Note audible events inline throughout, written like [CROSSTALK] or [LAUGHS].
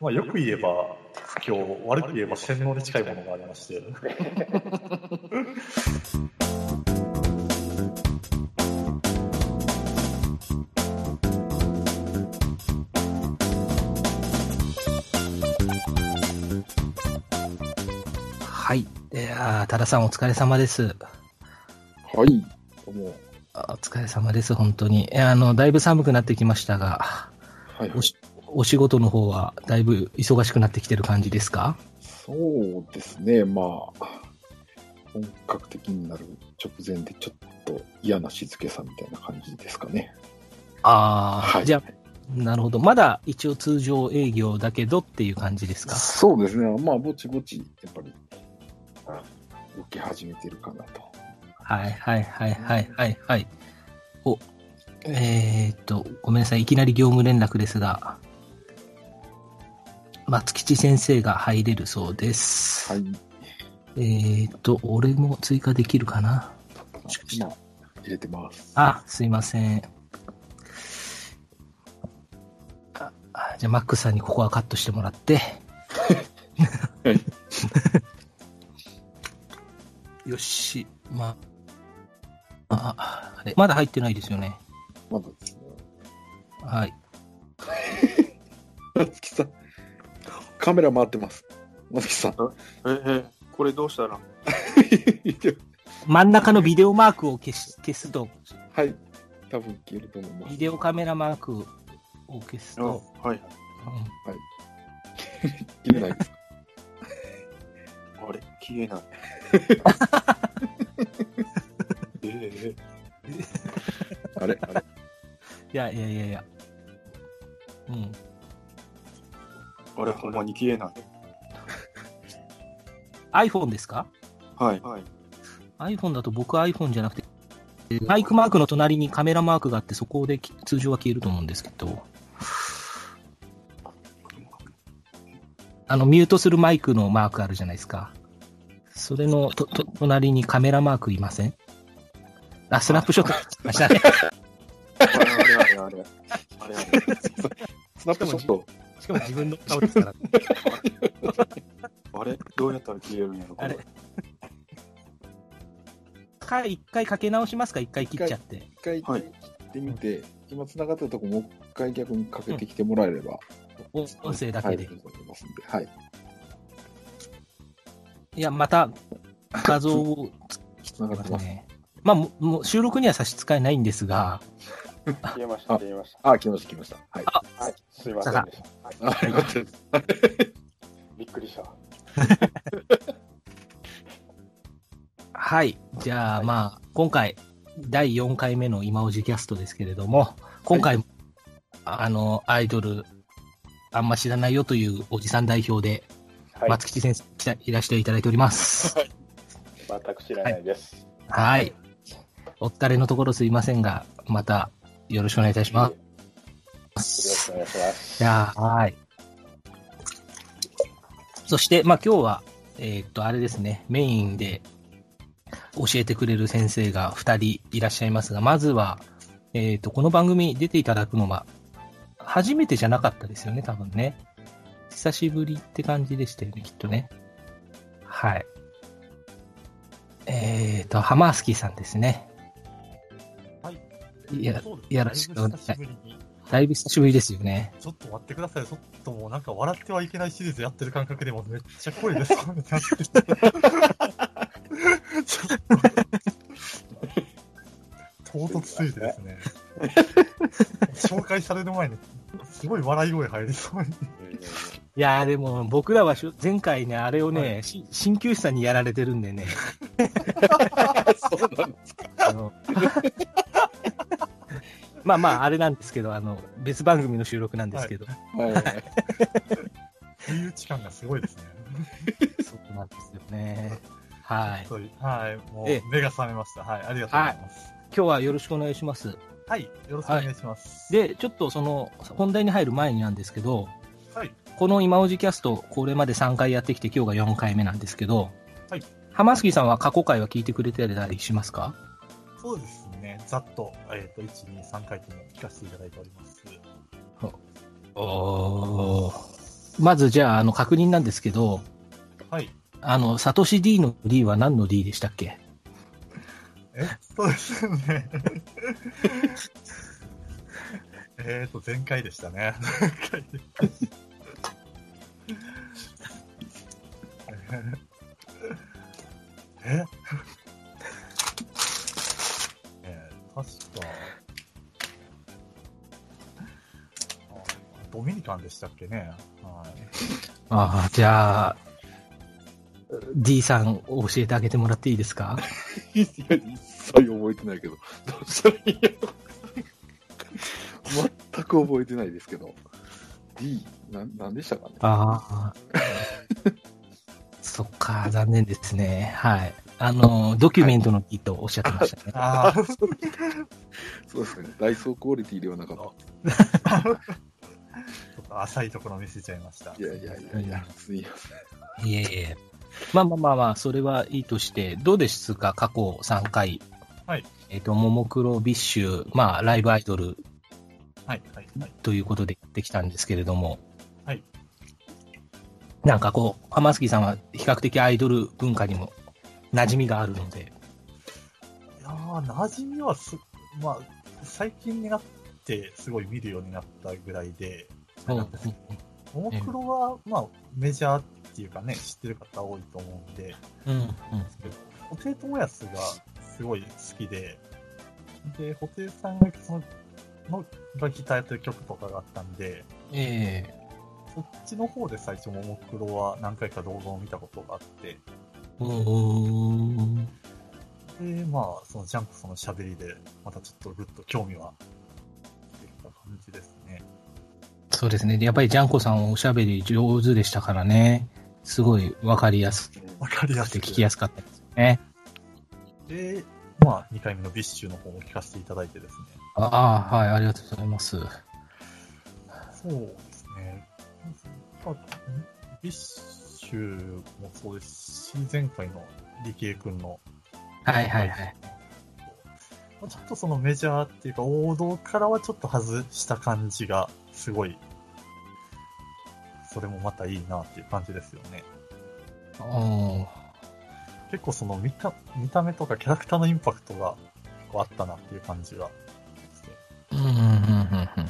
まあ、よく言えば今日悪く言えば洗脳に近いものがありましてはい。いやー多田さんお疲れ様です。はい。どうも。あお疲れ様です、本当に。いやあの、だいぶ寒くなってきましたが、はい、はおい。しお仕事の方はだいぶ忙しくなってきてる感じですかそうですね。まあ、本格的になる直前でちょっと嫌な静けさみたいな感じですかね。あー、はい。じゃあ、なるほど。まだ一応通常営業だけどっていう感じですかそうですね。まあ、ぼちぼち、やっぱり、受け始めてるかなと。はいはいはいはいはいはい。お、えー、っと、ごめんなさい。いきなり業務連絡ですが、松吉先生が入れるそうです。はい。えー、っと、俺も追加できるかなしかし今、入れてます。あ、すいません。ああじゃあ、マックさんにここはカットしてもらって。よし、まあ、あ、あれ、まだ入ってないですよね。まだですね。はい。松木さん、カメラ回ってます。松木さん。ええ、これどうしたら真ん中のビデオマークを消し消すと、 [LAUGHS] はい。多分消えると思います [LAUGHS] ビ。デオカメラマークを消すと、はい。うん切れないです。あれ消えない。えあれあれいやいやいやいや。うん。え、あれほんまに消えない。 iPhone ですかはい。はい。 iPhone だと僕 iPhone じゃなくて、マイクマークの隣にカメラマークがあって、そこでき通常は消えると思うんですけど、あの、ミュートするマイクのマークあるじゃないですか。それのと、と、隣にカメラマークいませんあ、スナップショット来ましたね。あれあれあれあれ。あれあれ。スナップショット。しかも自分 [LAUGHS] の顔ですから。あれどうやったら消えるんやろこあれか、一回かけ直しますか一回切っちゃって。一回はい切ってみて、今繋がったとこもう一回逆にかけてきてもらえれば、お音声だけで。入ると思いますんで、はい。いや、また、画像を繋がってます。ね。 [LAUGHS] まあ、ももう収録には差し支えないんですが、消えました、あ消えましあ、来ました、来ました。はい。あ、た。はい、すいませんでした。よかったです。びっくりした。はい。じゃあ、まあ、今回、第4回目の今おじキャストですけれども、今回も、あの、アイドル、あんま知らないよというおじさん代表で、はい、松吉先生来た、いらしていただいております。全く知らないです。はい。お疲れのところすいませんが、また、よろしくお願いいたしまよろしすく。お願いします。じゃあ、はい。そして、まあ、今日は、えーっと、あれですね、メインで教えてくれる先生が2人いらっしゃいますが、まずは、えーっと、この番組に出ていただくのは、初めてじゃなかったですよね、多分ね。久しぶりって感じでしたよね、きっとね。はい。えーっと、ハマースキーさんですね。はいいや、そうですいやらしくお願いだいぶ久しぶりにだいぶ久しぶりですよね。ちょっと待ってくださいちょっともうなんか笑ってはいけないシリーズやってる感覚でもめっちゃ濃いですちょっ [LAUGHS] と唐突すぎてですね [LAUGHS] 紹介される前にすごい笑い声入りそうにいやーでも僕らはしょ前回ね、あれをね、し鍼灸師さんにやられてるんでね。そうなんです。 [LAUGHS] あの [LAUGHS] まあまあ、あれなんですけど、あの、別番組の収録なんですけど、はいはい。身内感がすごいですねそうなんですよね。はい。そういうはいもええう目が覚めましたはいありがとうございます今日はよろしくお願いします。はい、よろしくお願いします、で、ちょっとその、本題に入る前になんですけど、はいこの今おじキャスト、これまで3回やってきて、今日が4回目なんですけど、はい。浜杉さんは過去回は聞いてくれてたりしますかそうですねざっと,、えー、と123回とも聞かせていただいておりますおー。まずじゃあ、あの、確認なんですけど、はい。あの、サトシ D の D は何の D でしたっけえっとですね。 [LAUGHS] えっと、前回でしたね。前回でえ [LAUGHS] ーえー確か、あドミニカンでしたっけね。はい。 [LAUGHS] ああ、じゃあ、D さん教えてあげてもらっていいですかいや、一切覚えてないけど、どうしたらいいんやろ。全く覚えてないですけど。D、な、なんでしたかね。ああ。 [LAUGHS] そっか、残念ですね。はい。あの、ドキュメントの D とおっしゃってましたね。ああ、そうですね。ダイソークオリティではなかっちょっと浅いところ見せちゃいました。た。いやいやいやいや、すみません。いえいえ。まあまあまあまあ、それはいいとして、どうですか、過去3回。はい。えっ、と、ももクロ、ビッシュ、まあ、ライブアイドルはい、はい、はい。ということでやってきたんですけれども。はい。なんかこう、浜月さんは比較的アイドル文化にも馴染みがあるので。いやー、馴染みはす、まあ、最近になってすごい見るようになったぐらいで、うんももクロは、まあ、メジャーっていうかね、知ってる方多いと思うんで、うん。うん。布袋寅泰がすごい好きで、で、布袋さんがその、のがギターやってる曲とかがあったんで、ええそっちの方で最初ももクロは何回か動画を見たことがあって、うん。で、まあ、そのジャンプその喋りで、またちょっとぐっと興味は出てきた感じですね。そうですね。でやっぱりジャンコさんはおしゃべり上手でしたからね。すごいわかりやすくわかりやすてく。聞きやすかったですよね。で、まあ、2回目のビッシュの方も聞かせていただいてですね。ああ、はい、ありがとうございます。そうですね。まあビッシュもそうですし、前回の理系君の、はいはいはい。まあちょっとそのメジャーっていうか王道からはちょっと外した感じが、すごい、それもまたいいなっていう感じですよね。おー結構その見た見た目とかキャラクターのインパクトが結構あったなっていう感じがして、うんうんうんうんうん。えー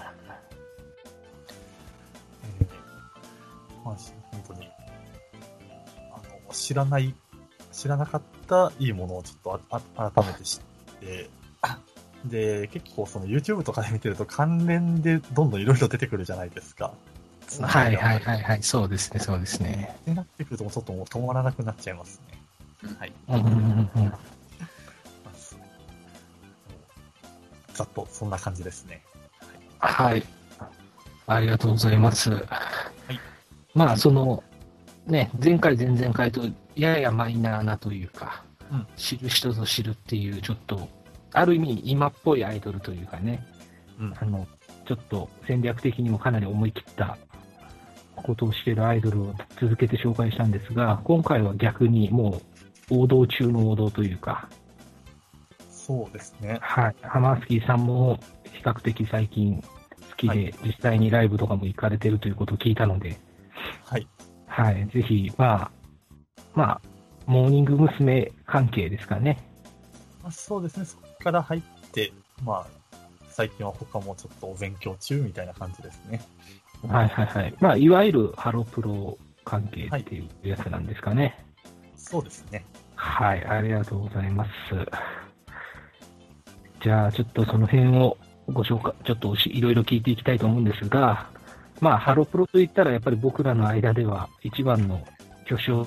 まあ、し本当にあの知らない知らなかったいいものをちょっとああ改めて知ってで結構その YouTube とかで見てると関連でどんどんいろいろ出てくるじゃないですかはいはいはいはい。そうですね、そうですね。ってなってくるともうちょっともう止まらなくなっちゃいますねはいうんうんうんうんざっとそんな感じですねはい。ありがとうございます。まあ、その、ね、前回、前々回と、ややマイナーなというか、うん知る人ぞ知るっていう、ちょっと、ある意味、今っぽいアイドルというかね、うんあの、ちょっと戦略的にもかなり思い切ったことをしているアイドルを続けて紹介したんですが、今回は逆にもう、王道中の王道というか、そうですねはい、ハマースキーさんも比較的最近好きで、はい実際にライブとかも行かれてるということを聞いたので、はいはい、ぜひ、まあ、まあ、モーニング娘。関係ですかね。まあ、そうですね、そこから入って、まあ、最近は他もちょっとお勉強中みたいな感じですね。はいはいはい。まあ、いわゆるハロプロ関係っていうやつなんですかね。そうですね。はい、ありがとうございます。じゃあ、ちょっとその辺をご紹介、ちょっとおしいろいろ聞いていきたいと思うんですが、まあ、ハロプロといったら、やっぱり僕らの間では一番の巨匠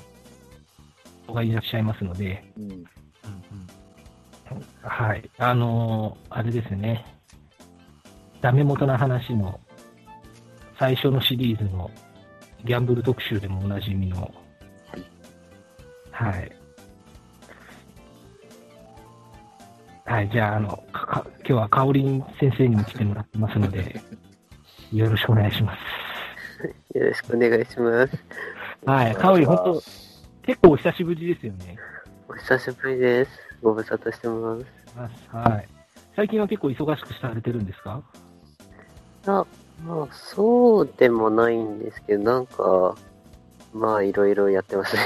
がいらっしゃいますので、うん。うんはい、あのーあれですね、ダメ元な話の最初のシリーズのギャンブル特集でもおなじみの、はい。はい。はい、じゃあ、あの、かか今日はかおりん先生にも来てもらってますので、よろしくお願いします。よろしくお願いします。はい、かおりん、本当結構お久しぶりですよね。お久しぶりです。ご無沙汰してます。はい。最近は結構忙しくされてるんですかあ、まあ、そうでもないんですけど、なんか、まあ、いろいろやってますね。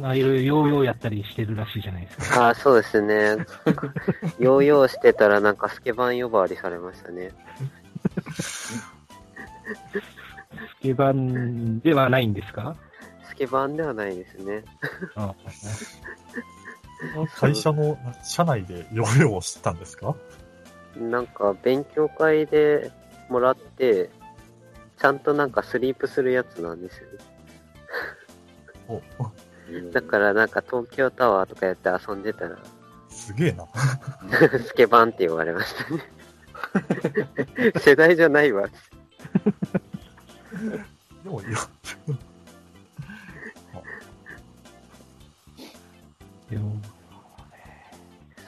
まあ、いろいろヨーヨーやったりしてるらしいじゃないですか。ああ、そうですね。ヨーヨーしてたら、なんか、スケバン呼ばわりされましたね。スケバンではないんですかスケバンではないですね。あ会社の社内でヨーヨーをしてたんですかなんか、勉強会でもらって、ちゃんとなんかスリープするやつなんですよ。お、だからなんか東京タワーとかやって遊んでたら、 [LAUGHS] すげえな。スケバンって言われましたね。世代じゃないわ。でも、いや、でも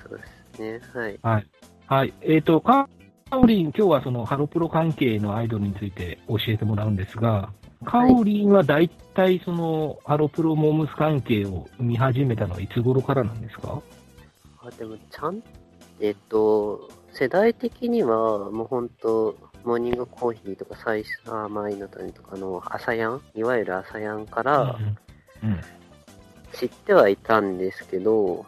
そうですね。はい。はい。はい。えっ、と、カオリン、今日はそのハロプロ関係のアイドルについて教えてもらうんですが、カオリンは大体そのハロプロモームス関係を見始めたのはいつ頃からなんですかあ、でもちゃん、えっと、世代的にはもうほんと、モーニングコーヒーとか、サイサーマイの谷とかの朝やん、いわゆる朝やんからうん。うん。知ってはいたんですけど、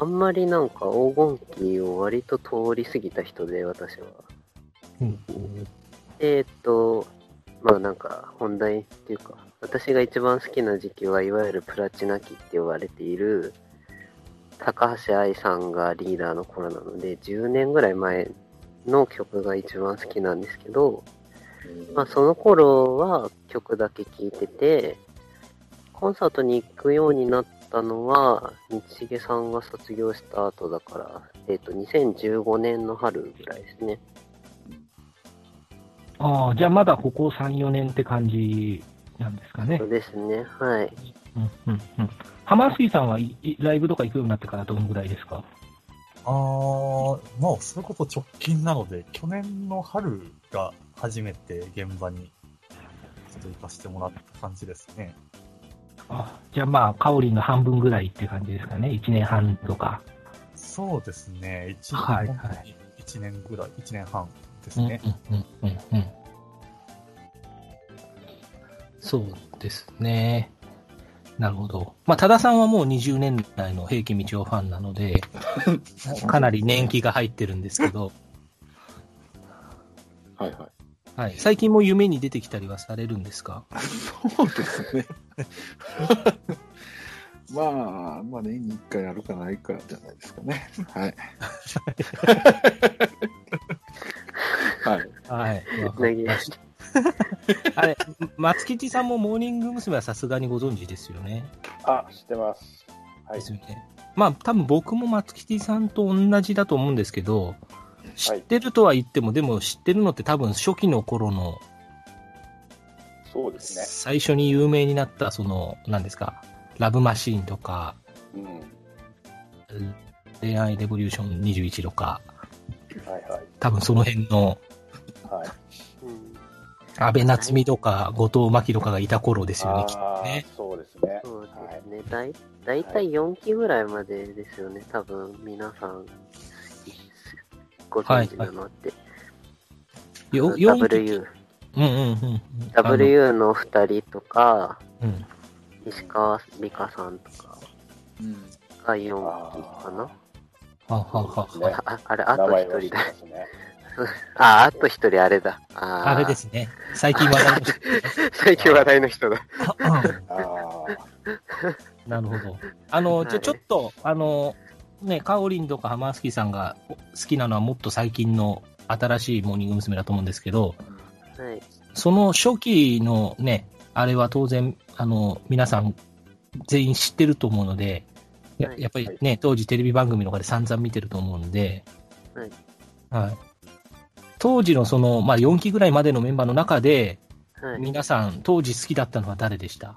あんまりなんか黄金期を割と通り過ぎた人で、私は。うんでえっと、まあなんか本題っていうか、私が一番好きな時期はいわゆるプラチナ期って言われている、高橋愛さんがリーダーの頃なので、10年ぐらい前の曲が一番好きなんですけど、まあその頃は曲だけ聴いてて、コンサートに行くようになったのは、日重さんが卒業した後だから、えっ、と、2015年の春ぐらいですね。ああ、じゃあまだここ3、4年って感じなんですかねそう。ですね、はい。うんうんうん。浜杉さんはいいライブとか行くようになってからどのぐらいですかあー、まあ、それこそ直近なので、去年の春が初めて現場に、ちょっと行かせてもらった感じですね。あじゃあまあ、カオリンの半分ぐらいって感じですかね。1年半とか。そうですね、一年、はいはい本当に一年ぐらい、一年半ですね。うんうんうんうんそうですね。なるほど。まあ、多田さんはもう20年代の平家道夫ファンなので、かなり年季が入ってるんですけど、はいはい。はい、最近も夢に出てきたりはされるんですかそうですね。まあ、まあ年に一回あるかないかじゃないですかね。はい。はい。はい。投げあれ、松吉さんもモーニング娘。はさすがにご存知ですよね。あ、知ってます。はいで。すよね。まあ、多分僕も松吉さんと同じだと思うんですけど、知ってるとは言っても、でも知ってるのって多分初期の頃のそうですね。最初に有名になった、その、何ですか、ラブマシーンとか、うん。恋愛レボリューション21とか、はいは多分その辺のい。はい。うん安倍夏実とか後藤真希とかがいた頃ですよね、きあっとあね。ー、そうですね。そうはですね。だいだいたい4期ぐらいまでですよね、多分皆さんご存知なのって。よ、よん W、うんうんうんうん。 W の2人とか、あのうん。石川美香さんとかうんが4期かなはははあーねああれ、い。あと名前1は知人ってだ。ますね。あ、あと1人あれだ。あ。あれですすね。最近話題に最近話題の人だ。ああ。なるほど。あの、じはゃ、いちょっと、あの、ね、カオリンとか浜月さんがお好きなのはもっと最近の新しいモーニング娘。だと思うんですけど、はい。その初期のね、あれは当然、あの、皆さん全員知ってると思うので、やはいやっぱりね、当時テレビ番組とかで散々見てると思うんで、はいはい。当時のその、まあ、4期ぐらいまでのメンバーの中で、はい。皆さん当時好きだったのは誰でした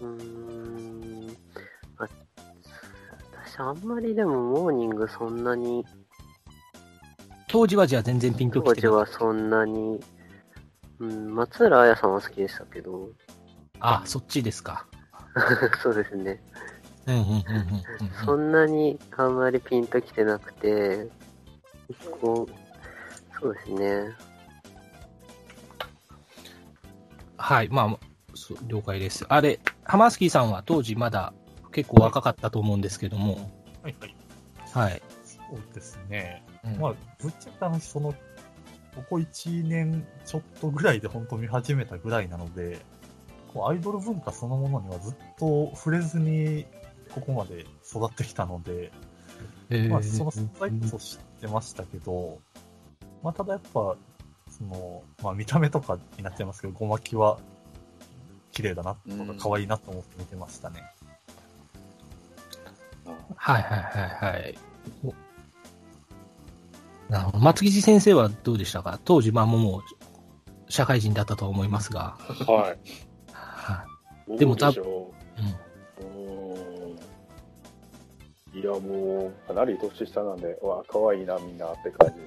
うーん。あ私、あんまりでもモーニングそんなに当時はじゃあ全然ピンと当きて時なかはったそんなに、うん、松浦 [LAUGHS] 彩さんは好きでしたけど、あ、そっちですか。そうですね。うんうんうんうんそんなにあんまりピンときてなくて、こう、そうですね。はい、まあ、そう了解です。あれ、ハマスキーさんは当時まだ結構若かったと思うんですけども、はいはい。はい。そうですね。うんまあ、ぶっちゃけた話、その、ここ1年ちょっとぐらいで本当見始めたぐらいなので、こうアイドル文化そのものにはずっと触れずに、ここまで育ってきたので、えーまあ、その存在こそ知ってましたけど、まあ、ただやっぱ、その、まあ、見た目とかになっちゃいますけど、ゴマキは、綺麗だなうとかん、可愛いなと思って見てましたね。はいはいはいはい。おなるほど。松吉先生はどうでしたか当時、まあもうもう、社会人だったとは思いますが。 [LAUGHS] は。はいでもどうしょい。うんううーん。いや、もう、かなり年下なんで、うわ、可愛いな、みんなって感じ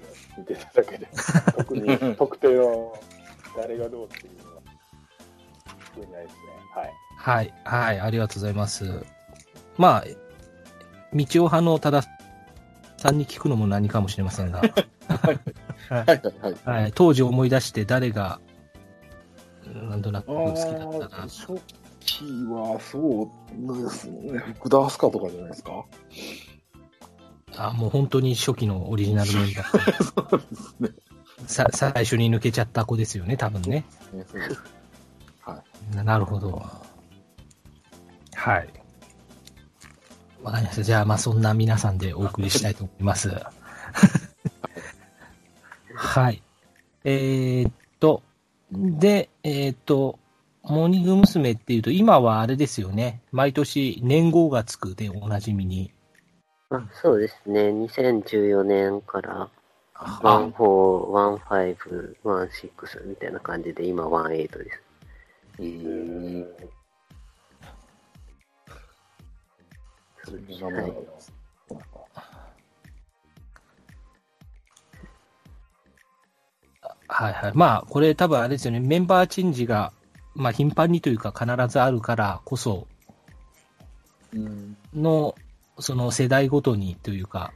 で見てただ [LAUGHS] けで、特に特定の誰がどうっていうのは、特にないですね。はい。はい、はい、ありがとうございます。まあ、道夫派の多田さんに聞くのも何かもしれませ [LAUGHS] んが、はいはいはい。はい、当時思い出して誰が、なんとなく好きだったあかー初期はそうですね。福田明日香とかじゃないですか。あもう本当に初期のオリジナルメンバー。 [LAUGHS] そうですね。さ、最初に抜けちゃった子ですよね、多分ね。ねそうですななるほど。はい。わかりました。じゃあ、まあ、そんな皆さんでお送りしたいと思います。はい。えーっと、で、えーっと、モーニング娘。っていうと、今はあれですよね。毎年、年号がつくでおなじみに。あそうですね。2014年から、ワはンフォー、ワンファイブ、ワンシックスみたいな感じで、今ワンエイトです。そういう名前だったんですはいはい。まあ、これ多分あれですよね。メンバーチェンジが、まあ、頻繁にというか必ずあるからこそ、うん。の、その世代ごとにというか、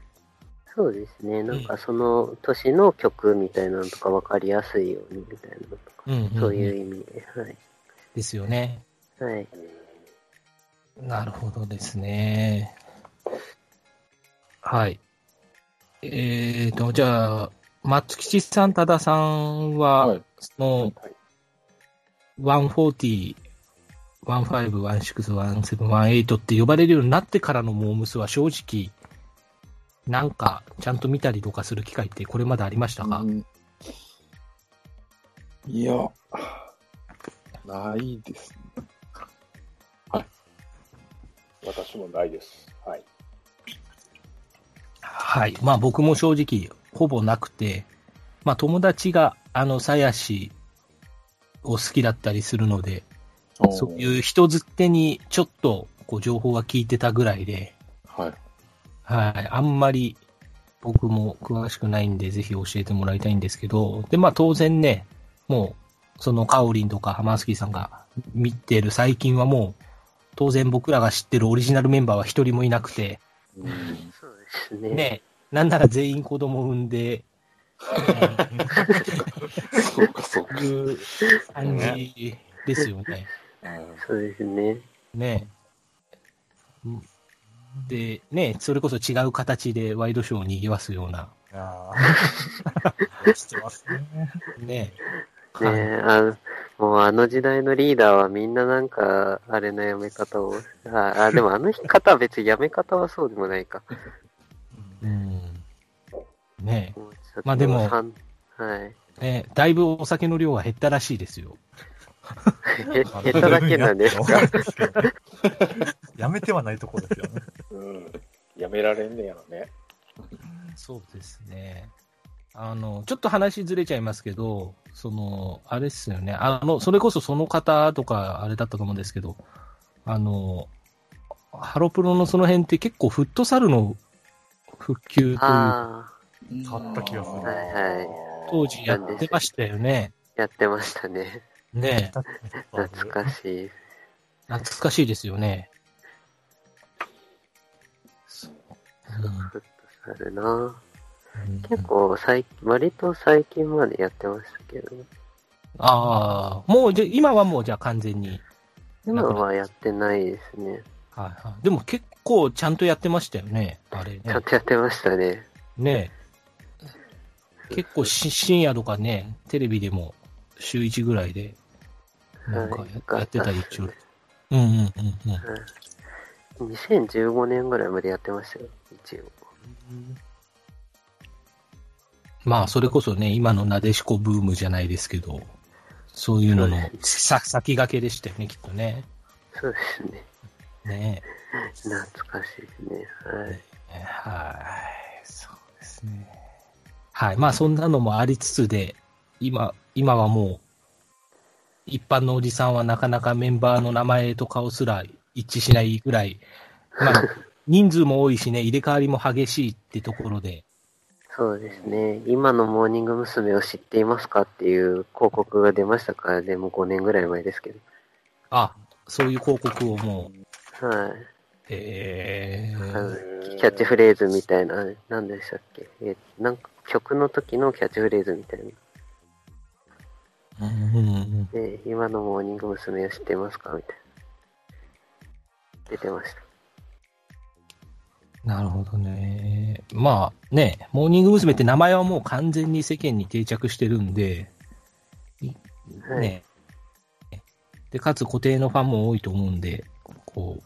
そうですね。なんかその年の曲みたいなのとか分かりやすいようにみたいなのとか、うんんんそういう意味で。はい。ですよね。はい。なるほどですね。はい。えーと、じゃあ、松吉さん、多田さんは、はい。その、140、15、16、17、18って呼ばれるようになってからのモームスは正直、なんか、ちゃんと見たりとかする機会ってこれまでありましたか、うんいや、ないですね。私もないです。はい。はい。まあ僕も正直、ほぼなくて、まあ友達が、あの、鞘ヤシを好きだったりするので、そうう。いう人づてにちょっと、こう、情報が聞いてたぐらいで、はい。はい。あんまり、僕も詳しくないんで、ぜひ教えてもらいたいんですけど、で、まあ当然ね、もう、そのカオリンとかハマースキーさんが見てる最近はもう、当然僕らが知ってるオリジナルメンバーは一人もいなくて、うんそうですね。ね、なんなら全員子供産んで、そうか、そうか。いう感じですよね。そうですね。ねうんで、ね、それこそ違う形でワイドショーを賑わすような、いやー知ってますね。ね、ねえ、あもうあの時代のリーダーはみんななんか、あれのやめ方を。あ、あでもあの方は別にやめ方はそうでもないか。うんねもうちょっとまあでもさんはい。ねだいぶお酒の量が減ったらしいですよ。へ [LAUGHS] 下手だけなんですか。 [LAUGHS] やめてはないところですよね。うん。やめられんねやろね。そうですね。あの、ちょっと話ずれちゃいますけど、その、あれっすよね。あの、それこそその方とか、あれだったと思うんですけど、あの、ハロプロのその辺って結構フットサルの復旧というかああ、買った気がするはい哎はい。当時やってましたよね。やってましたね。ね懐かしい。懐かしいですよね。うんフットサルなうん結構最近、割と最近までやってましたけど、ああ、もうじゃ、今はもうじゃあ完全に。今はやってないですね。はいはい。でも結構ちゃんとやってましたよね。あれねちゃん。とやってましたね。ねえ結構し深夜とかね、テレビでも週1ぐらいで、なんかややってたり中。うんうんうんうん。 2015年ぐらいまでやってましたよ、一応。まあ、それこそね、今のなでしこブームじゃないですけど、そういうののそうさ [LAUGHS] 先駆けでしたよね、きっとね。そうですね。ね懐かしいですね。はい。えはい。そうですね。はい。まあ、そんなのもありつつで、今、今はもう、一般のおじさんはなかなかメンバーの名前と顔すら一致しないぐらい、まあ、人数も多いしね、入れ替わりも激しいってところで、そうですね。今のモーニング娘。を知っていますかっていう広告が出ましたから、でも5年ぐらい前ですけど。あ、そういう広告をもう、はい。えあのー、キャッチフレーズみたいな、何でしたっけえ、なんか曲の時のキャッチフレーズみたいな。うんうんうんで、今のモーニング娘。を知ってますかみたいな。出てました。なるほどね。まあね、モーニング娘。って名前はもう完全に世間に定着してるんで、いはいね。で、かつ固定のファンも多いと思うんで、こ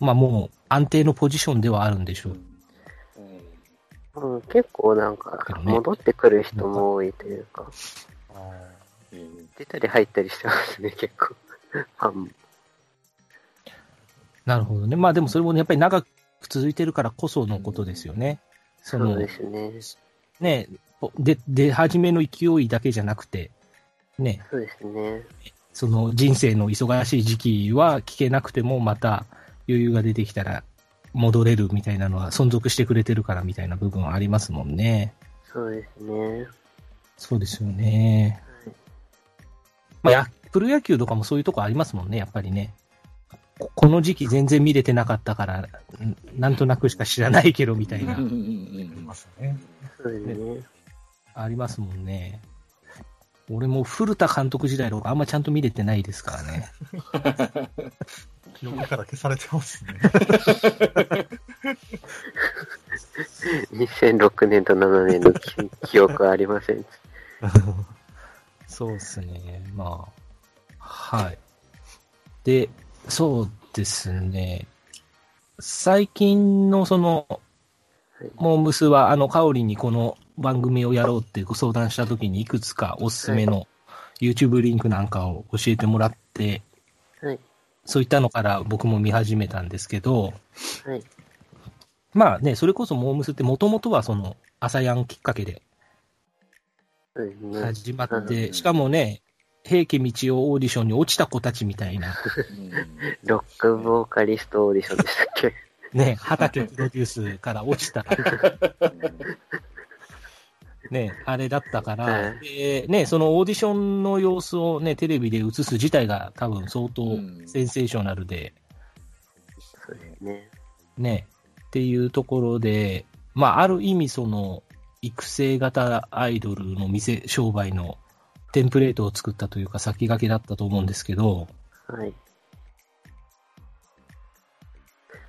う、まあもう安定のポジションではあるんでしょう。うん、結構なんか、戻ってくる人も多いというか、出たり入ったりしてますね、結構。ファンも。なるほどね。まあでもそれもねやっぱり長く続いてるからこそのことですよね。そ [LAUGHS] そうの、ですね。ね、ぽで、出始めの勢いだけじゃなくて、ね、そうですね。その人生の忙しい時期は聞けなくてもまた余裕が出てきたら戻れるみたいなのは存続してくれてるからみたいな部分はありますもんね。そうですね。そうですよね。まあ、やプロ野球とかもそういうとこありますもんね、やっぱりね。ここの時期全然見れてなかったから、んなんとなくしか知らないけどみたいなう、んありますね。そうですね。ありますもんね。俺も古田監督時代とかあんまちゃんと見れてないですからね。記憶から消されてます [LAUGHS] ね。 2006年と7年の記記憶はありません。そうですね。まあ。はい。で、そうですね。最近のそのい、モームスは、あの、カオリにこの番組をやろうってご相談した時に、いくつかおすすめの YouTube リンクなんかを教えてもらって、はい。そういったのから僕も見始めたんですけど、はい。まあね、それこそモームスってもともとはその、朝やんきっかけでそうですね。始まっうて、んしかもね、平家道夫オーディションに落ちた子たちみたいな、ロックボーカリストオーディションでしたっけね、畑プロデュースから落ちた、 [LAUGHS] ね、あれだったから、うんでね、そのオーディションの様子をね、テレビで映す自体が多分相当うんセンセーショナルで、そうですね。ね、っていうところで、まあ、ある意味その、育成型アイドルの店、商売のテンプレートを作ったというか先駆けだったと思うんですけど、はい。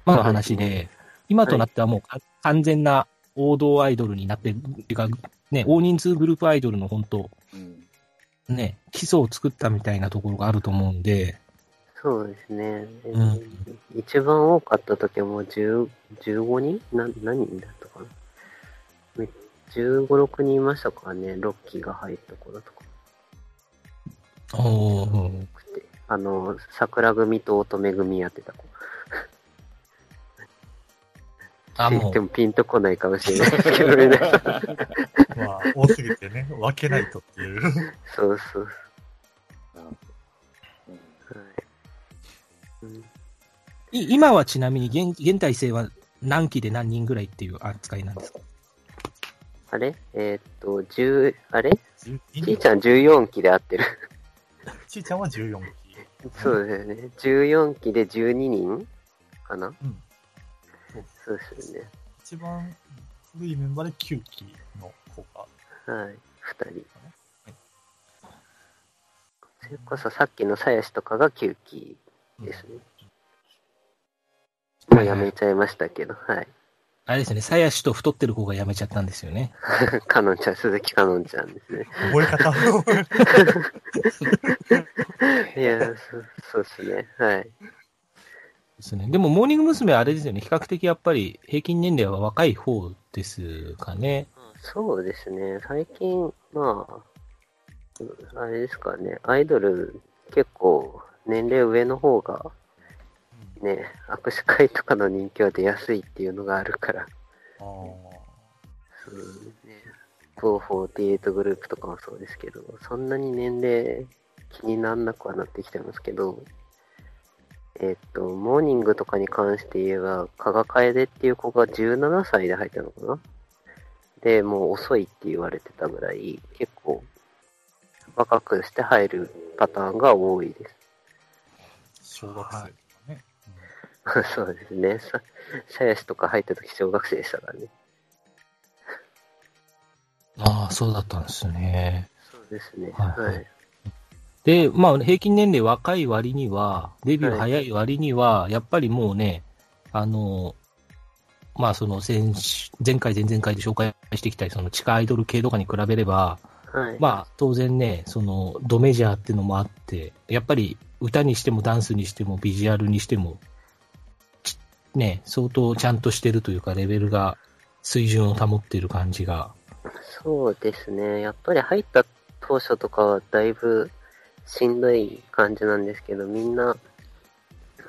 まあ話で、今となってはもうか完全な王道アイドルになって、っていうか、ね、大人数グループアイドルの本当、ね、基礎を作ったみたいなところがあると思うんで、そうですね。ん一番多かった時はもう10 15人な何人だったかなめ ?15、6人いましたからね、ロッキーが入った頃とか。お多くてあの、桜組と乙女組やってた子。あ、もでう、もピンとこないかもしれないですけどね。まあ、多すぎてね、分けないとっていう。そうそうなるそう。はいうんい今はちなみに現現体制は何期で何人ぐらいっていう扱いなんですかあれえーっと、10、あれ [LAUGHS] ちいちちゃん14期で合ってる。いちゃんは14期。そうですよね。14期で12人かなうんそうですよね。一番古いメンバーで9期の子が、はい。二人はい。それこそさっきの鞘師とかが9期ですね。もうやめちゃいましたけど、 [LAUGHS] はい。あれですよね、鞘師と太ってる子が辞めちゃったんですよね。かのんちゃん、鈴木かのんちゃんですね。覚え [LAUGHS] 方を、いや、そうそうですね。はい。ですね。でも、モーニング娘。はあれですよね、比較的やっぱり平均年齢は若い方ですかね。そうですね。最近、まあ、あれですかね。アイドル、結構、年齢上の方が、ね、握手会とかの人気は出やすいっていうのがあるから。あーそうね。448グループとかもそうですけど、そんなに年齢気になんなくはなってきてますけど、えっと、モーニングとかに関して言えば、加賀楓っていう子が17歳で入ったのかなで、もう遅いって言われてたぐらい、結構、若くして入るパターンが多いです。小学生とかね。そうです [LAUGHS] ね。さ、鞘師とか入った時小学生でしたからね。ああ、そうだったんですね。そうですね。はいはいはい。で、まあ、平均年齢若い割には、デビュー早い割には、やっぱりもうね、あの、まあ、その前、前回、前々回で紹介してきた、その地下アイドル系とかに比べれば、はい。まあ、当然ね、その、ドメジャーっていうのもあって、やっぱり歌にしてもダンスにしてもビジュアルにしても、ちね、相当ちゃんとしてるというか、レベルが、水準を保っている感じが。そうですね。やっぱり入った当初とかはだいぶしんどい感じなんですけど、みんな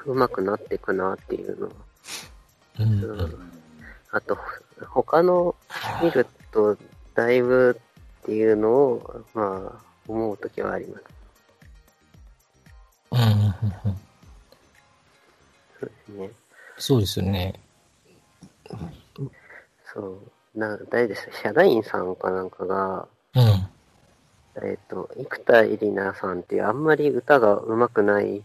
上手くなっていくなっていうのは。うんううん。ん、あと、他の見るとだいぶっていうのを、まあ、思うときはあります。うんうんうんうんそうですね。そうですよね。そう。な、誰でしたヒャダインさんかなんかが、うん。えっ、と、生田絵梨奈さんっていうあんまり歌が上手くない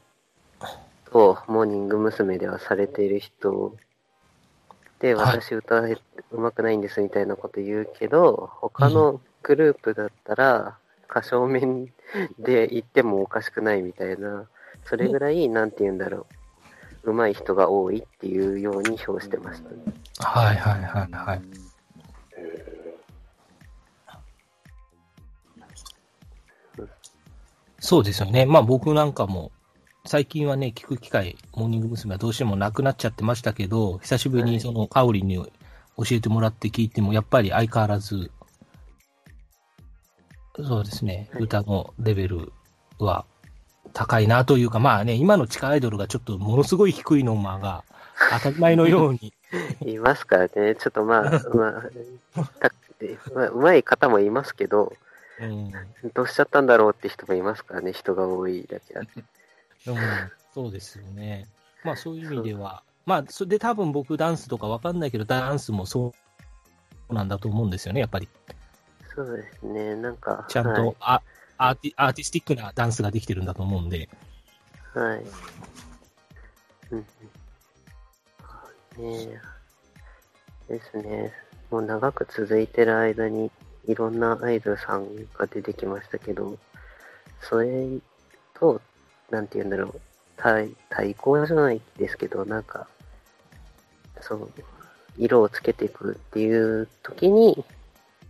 と、モーニング娘。ではされている人で、はい私歌上手くないんですみたいなこと言うけど、他のグループだったら、歌唱面で言ってもおかしくないみたいな、それぐらい、なんて言うんだろう、上手い人が多いっていうように評してましたね。はいはいはいはい。そうですよね。まあ僕なんかも、最近はね、聞く機会、モーニング娘。はどうしてもなくなっちゃってましたけど、久しぶりはにいその、カオリンに教えてもらって聞いても、やっぱり相変わらず、そうですね、はい歌のレベルは高いなというか、まあね、今の地下アイドルがちょっとものすごい低いノンマが、当たり前のよう [LAUGHS] に、いますからね、ちょっと [LAUGHS] まあ、まあ、たまあうまい方もいますけど、うん、どうしちゃったんだろうって人もいますからね、人が多いだけあって。うん、そうですよね。まあそういう意味では、まあそれで多分僕ダンスとかわかんないけど、ダンスもそうなんだと思うんですよね、やっぱり。そうですね、なんか、ちゃんと、はいあアーティアーティスティックなダンスができてるんだと思うんで。はい。うんうん。ねえ。ですね。もう長く続いてる間に、いろんなアイドルさんが出てきましたけど、それと、なんて言うんだろう、対、対抗じゃないですけど、なんか、そう、色をつけていくっていう時に、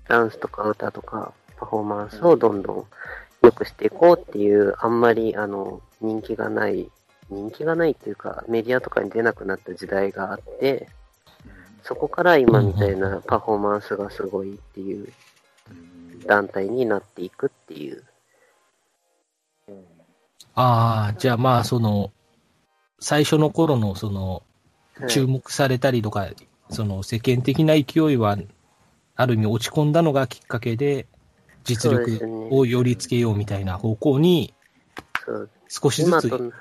ダンスとか歌とかパフォーマンスをどんどん良くしていこうっていう、あんまりあの人気がない、人気がないっていうか、メディアとかに出なくなった時代があって、そこから今みたいなパフォーマンスがすごいっていう団体になっていくっていう。ああ、じゃあまあその、最初の頃のその、はい注目されたりとか、その世間的な勢いは、ある意味落ち込んだのがきっかけで、実そうですね力をよりつけようみたいな方向に、そう少しず今つと、はい、